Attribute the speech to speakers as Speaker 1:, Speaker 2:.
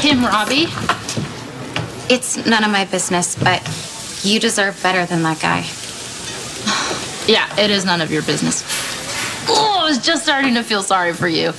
Speaker 1: him, Robbie.
Speaker 2: It's none of my business, but you deserve better than that guy.
Speaker 1: Yeah, it is none of your business. Oh, I was just starting to feel sorry for you.